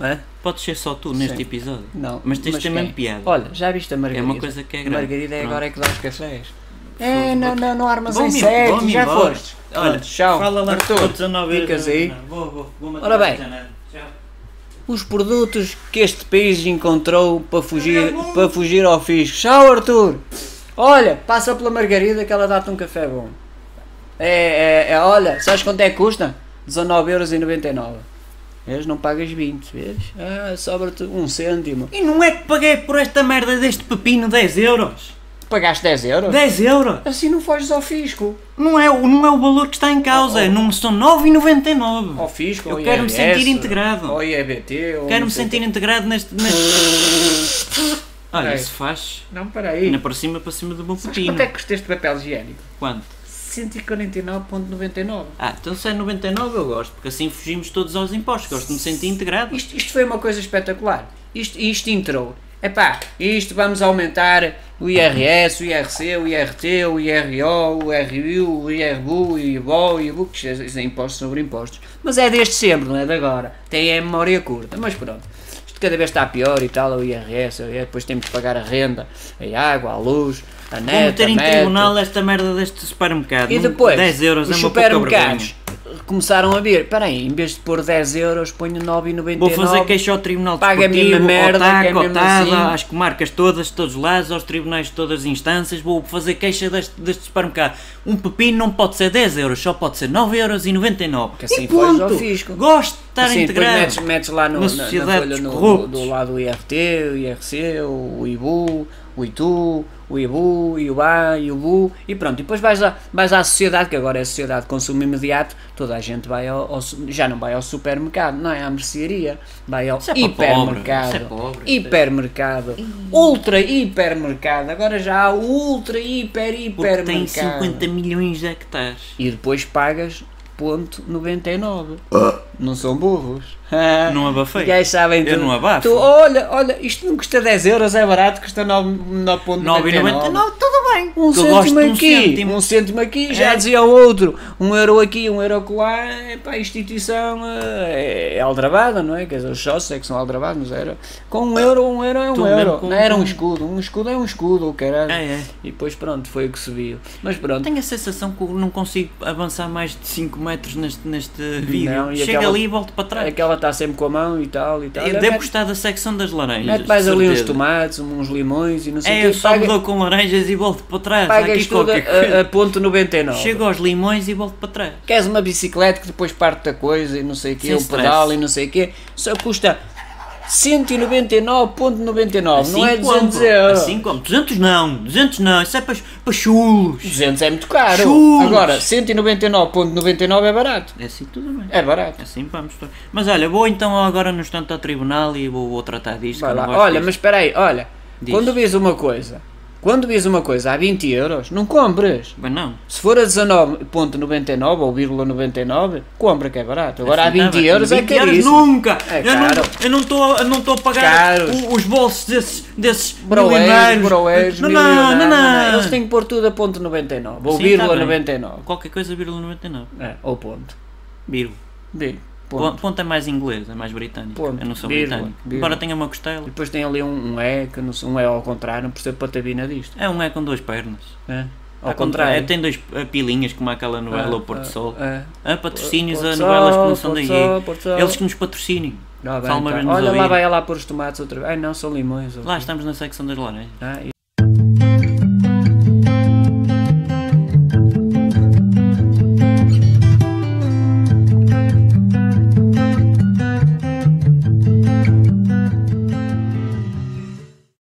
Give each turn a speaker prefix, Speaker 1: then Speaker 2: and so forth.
Speaker 1: Hã?
Speaker 2: Podes ser só tu neste
Speaker 1: Sim.
Speaker 2: episódio.
Speaker 1: Não.
Speaker 2: Mas tens de ter
Speaker 1: quem?
Speaker 2: mesmo piada.
Speaker 1: Olha, já viste a
Speaker 2: é
Speaker 1: Margarida?
Speaker 2: uma coisa que é
Speaker 1: A
Speaker 2: grande.
Speaker 1: Margarida é
Speaker 2: Pronto.
Speaker 1: agora é que dá os cafés. É, não, não, não armas em
Speaker 2: Vou-me-
Speaker 1: sério,
Speaker 2: vou-me
Speaker 1: já
Speaker 2: embora.
Speaker 1: foste.
Speaker 2: Olha,
Speaker 1: Pronto, tchau.
Speaker 2: Fala lá que estou
Speaker 1: Arthur,
Speaker 2: 19 euros
Speaker 1: ficas
Speaker 2: na
Speaker 1: aí.
Speaker 2: janela. Vou, vou, vou matar
Speaker 1: Ora
Speaker 2: a
Speaker 1: bem.
Speaker 2: janela. Tchau.
Speaker 1: os produtos que este país encontrou para fugir, para fugir ao fisco. Tchau, Arthur! Olha, passa pela Margarida que ela dá-te um café bom. É, é, é, olha, sabes quanto é que custa? 19,99€. Vês? Não pagas 20, vês? Ah, sobra-te um cêntimo.
Speaker 2: E não é que paguei por esta merda deste pepino 10 euros?
Speaker 1: Pagaste 10 euros?
Speaker 2: 10 euros?
Speaker 1: Assim não foges ao fisco.
Speaker 2: Não é, o- não é o valor que está em causa, não são 9,99.
Speaker 1: Ao fisco,
Speaker 2: Eu
Speaker 1: ao
Speaker 2: quero-me
Speaker 1: IRS,
Speaker 2: sentir integrado.
Speaker 1: Ao IEBT, ou não
Speaker 2: Quero-me
Speaker 1: sei
Speaker 2: sentir integrado neste. neste- Olha,
Speaker 1: Ei.
Speaker 2: isso faz.
Speaker 1: quê. Não, peraí.
Speaker 2: Ainda para cima, para cima do meu
Speaker 1: Sabes
Speaker 2: pepino.
Speaker 1: quanto é que custa este papel higiênico?
Speaker 2: Quanto?
Speaker 1: 149,99.
Speaker 2: Ah, então se é 99 eu gosto, porque assim fugimos todos aos impostos. Gosto de me sentir integrado.
Speaker 1: Isto, isto foi uma coisa espetacular. Isto, isto entrou. Epá, isto vamos aumentar o IRS, o IRC, o IRT, o IRO, o RU, o IRBU, o IBO, o IBU, que isso é- isso é impostos sobre impostos. Mas é desde sempre, não é de agora. Tem a memória curta, mas pronto. Isto cada vez está pior e tal, o IRS, o IRS, depois temos que pagar a renda, a água, a luz, a
Speaker 2: Vou
Speaker 1: net,
Speaker 2: meter
Speaker 1: a
Speaker 2: em
Speaker 1: net.
Speaker 2: tribunal esta merda deste supermercado.
Speaker 1: E
Speaker 2: Não-
Speaker 1: depois,
Speaker 2: 10 euros é
Speaker 1: os
Speaker 2: uma pouca
Speaker 1: supermercados
Speaker 2: vergonha.
Speaker 1: começaram a vir. Espera aí, em vez de pôr 10 euros, ponho 9,99.
Speaker 2: Vou fazer queixa ao Tribunal
Speaker 1: Paga a
Speaker 2: Desportivo,
Speaker 1: mesma merda,
Speaker 2: ao TAC,
Speaker 1: que é
Speaker 2: ao
Speaker 1: mesmo
Speaker 2: TAD,
Speaker 1: assim.
Speaker 2: às comarcas todas, de todos os lados, aos tribunais de todas as instâncias, vou fazer queixa deste, deste supermercado. Um pepino não pode ser 10 euros, só pode ser 9,99€.
Speaker 1: Que assim
Speaker 2: e
Speaker 1: foges
Speaker 2: pronto,
Speaker 1: ao fisco.
Speaker 2: gosto de estar
Speaker 1: Sim, depois
Speaker 2: Tá integrado.
Speaker 1: metes, metes lá no,
Speaker 2: na
Speaker 1: na, na
Speaker 2: sociedade
Speaker 1: folha
Speaker 2: dos
Speaker 1: no-
Speaker 2: corruptos.
Speaker 1: do lado o IRT, o IRC, o IBU, o ITU, o IBU, o IUA, o IUBU e pronto. E depois vais, a, vais à sociedade, que agora é a sociedade de consumo imediato, toda a gente vai ao, ao su- já não vai ao supermercado, não é à mercearia, vai ao
Speaker 2: Isso é para
Speaker 1: hipermercado,
Speaker 2: pobre, isso é pobre, isso é-
Speaker 1: hipermercado, ultra hipermercado, agora já há ultra hiper
Speaker 2: Porque
Speaker 1: hipermercado.
Speaker 2: tem 50 milhões de hectares.
Speaker 1: E depois pagas ponto 99. Não são burros.
Speaker 2: Não abafei.
Speaker 1: Os gajos sabem
Speaker 2: Eu
Speaker 1: tudo.
Speaker 2: não abafo.
Speaker 1: Tu, olha, olha, isto não custa 10 euros, é barato, custa 9,99.
Speaker 2: 9,99, tudo bem.
Speaker 1: Um
Speaker 2: Eu gosto
Speaker 1: cêntimo
Speaker 2: de um
Speaker 1: aqui,
Speaker 2: cêntimo.
Speaker 1: um cêntimo aqui, já
Speaker 2: É.
Speaker 1: dizia o outro, um euro aqui, um euro lá, é para a instituição é, é aldrabada, não é? Quer dizer, os sócios é que são aldrabados, era. Com um euro, um euro é um
Speaker 2: Tu mesmo
Speaker 1: euro,
Speaker 2: com-
Speaker 1: não era um
Speaker 2: com-
Speaker 1: escudo, um escudo é um escudo, o caralho.
Speaker 2: É, é.
Speaker 1: E depois pronto, foi o que subiu. Mas pronto,
Speaker 2: Tenho a sensação que eu não consigo avançar mais de 5 metros neste, neste vídeo.
Speaker 1: Não, e
Speaker 2: Chega
Speaker 1: aquela-
Speaker 2: ali e volto para trás.
Speaker 1: É que ela está sempre com a mão e tal e tal.
Speaker 2: Eu
Speaker 1: Olha,
Speaker 2: devo
Speaker 1: mete,
Speaker 2: gostar da secção das laranjas.
Speaker 1: mete mais
Speaker 2: de
Speaker 1: ali uns
Speaker 2: certeza.
Speaker 1: tomates, uns limões e não sei
Speaker 2: É,
Speaker 1: o
Speaker 2: eu
Speaker 1: quê.
Speaker 2: só me
Speaker 1: Paga,
Speaker 2: dou com laranjas e volto para trás. Há
Speaker 1: pagas
Speaker 2: Aqui
Speaker 1: tudo
Speaker 2: qualquer
Speaker 1: a, a
Speaker 2: coisa.
Speaker 1: ponto 99.
Speaker 2: Chego aos limões e volto para trás.
Speaker 1: Queres uma bicicleta que depois parte da coisa e não sei o quê,
Speaker 2: Sem
Speaker 1: um
Speaker 2: stress.
Speaker 1: pedal e não sei o quê. Só custa 199.99, não é 200
Speaker 2: Assim compro.
Speaker 1: euros.
Speaker 2: Assim como. 200 não, 200 não, isso é para, para chulos.
Speaker 1: 200 é muito caro.
Speaker 2: Chulos.
Speaker 1: Agora, 199.99 é barato.
Speaker 2: É assim tudo bem.
Speaker 1: É barato.
Speaker 2: Assim vamos. to- Mas olha, vou então agora no instante ao tribunal e vou, vou tratar disto.
Speaker 1: Vai
Speaker 2: que eu
Speaker 1: lá.
Speaker 2: não gosto
Speaker 1: Olha,
Speaker 2: disto.
Speaker 1: mas espera aí, olha.
Speaker 2: Diz.
Speaker 1: Quando vês uma coisa, quando vês uma coisa a 20 euros, não compres.
Speaker 2: Bem, não.
Speaker 1: Se for a 19.99 ou vírgula 99, compra que é barato. Agora
Speaker 2: Assim,
Speaker 1: há
Speaker 2: tá
Speaker 1: 20
Speaker 2: bem.
Speaker 1: euros é
Speaker 2: 20 euros
Speaker 1: caríssimo.
Speaker 2: nunca!
Speaker 1: É
Speaker 2: eu, não,
Speaker 1: caro.
Speaker 2: eu não estou eu não estou a pagar
Speaker 1: Caros.
Speaker 2: o- os bolsos desses, desses
Speaker 1: Broeiros,
Speaker 2: milionários.
Speaker 1: broeiros,
Speaker 2: não, não,
Speaker 1: é milionários,
Speaker 2: não, não.
Speaker 1: Eles têm que pôr tudo a ponto 99 ou
Speaker 2: Sim,
Speaker 1: vírgula
Speaker 2: tá bem.
Speaker 1: 99.
Speaker 2: Qualquer coisa, vírgula 99.
Speaker 1: É, ou ponto.
Speaker 2: Vírgula.
Speaker 1: Vírgula. Ponto.
Speaker 2: Ponto. ponto é mais inglês, é mais britânico.
Speaker 1: Ponto.
Speaker 2: Eu não sou
Speaker 1: Vírgula,
Speaker 2: britânico.
Speaker 1: vírgula.
Speaker 2: Embora tenha uma costela.
Speaker 1: E depois tem ali um, um E, que não sei, um E ao contrário, não percebo patabina disto.
Speaker 2: É um é com duas pernas.
Speaker 1: É. Ao
Speaker 2: Ao
Speaker 1: contrário. Ah,
Speaker 2: contrário. É, tem dois eh, pilinhas, como aquela novela O Porto Sol.
Speaker 1: É.
Speaker 2: Há patrocínios
Speaker 1: Porto
Speaker 2: a novelas que
Speaker 1: Sol,
Speaker 2: não são
Speaker 1: Porto
Speaker 2: daí.
Speaker 1: Sol, Porto Sol.
Speaker 2: Eles que nos patrocinem.
Speaker 1: Ah, bem,
Speaker 2: Salma
Speaker 1: tá.
Speaker 2: vem nos
Speaker 1: Olha, lá
Speaker 2: ouvir.
Speaker 1: vai ela pôr os tomates outra vez. Ai não, são limões. ou
Speaker 2: Lá
Speaker 1: quê.
Speaker 2: estamos na secção das laranjas.
Speaker 1: Ah, e-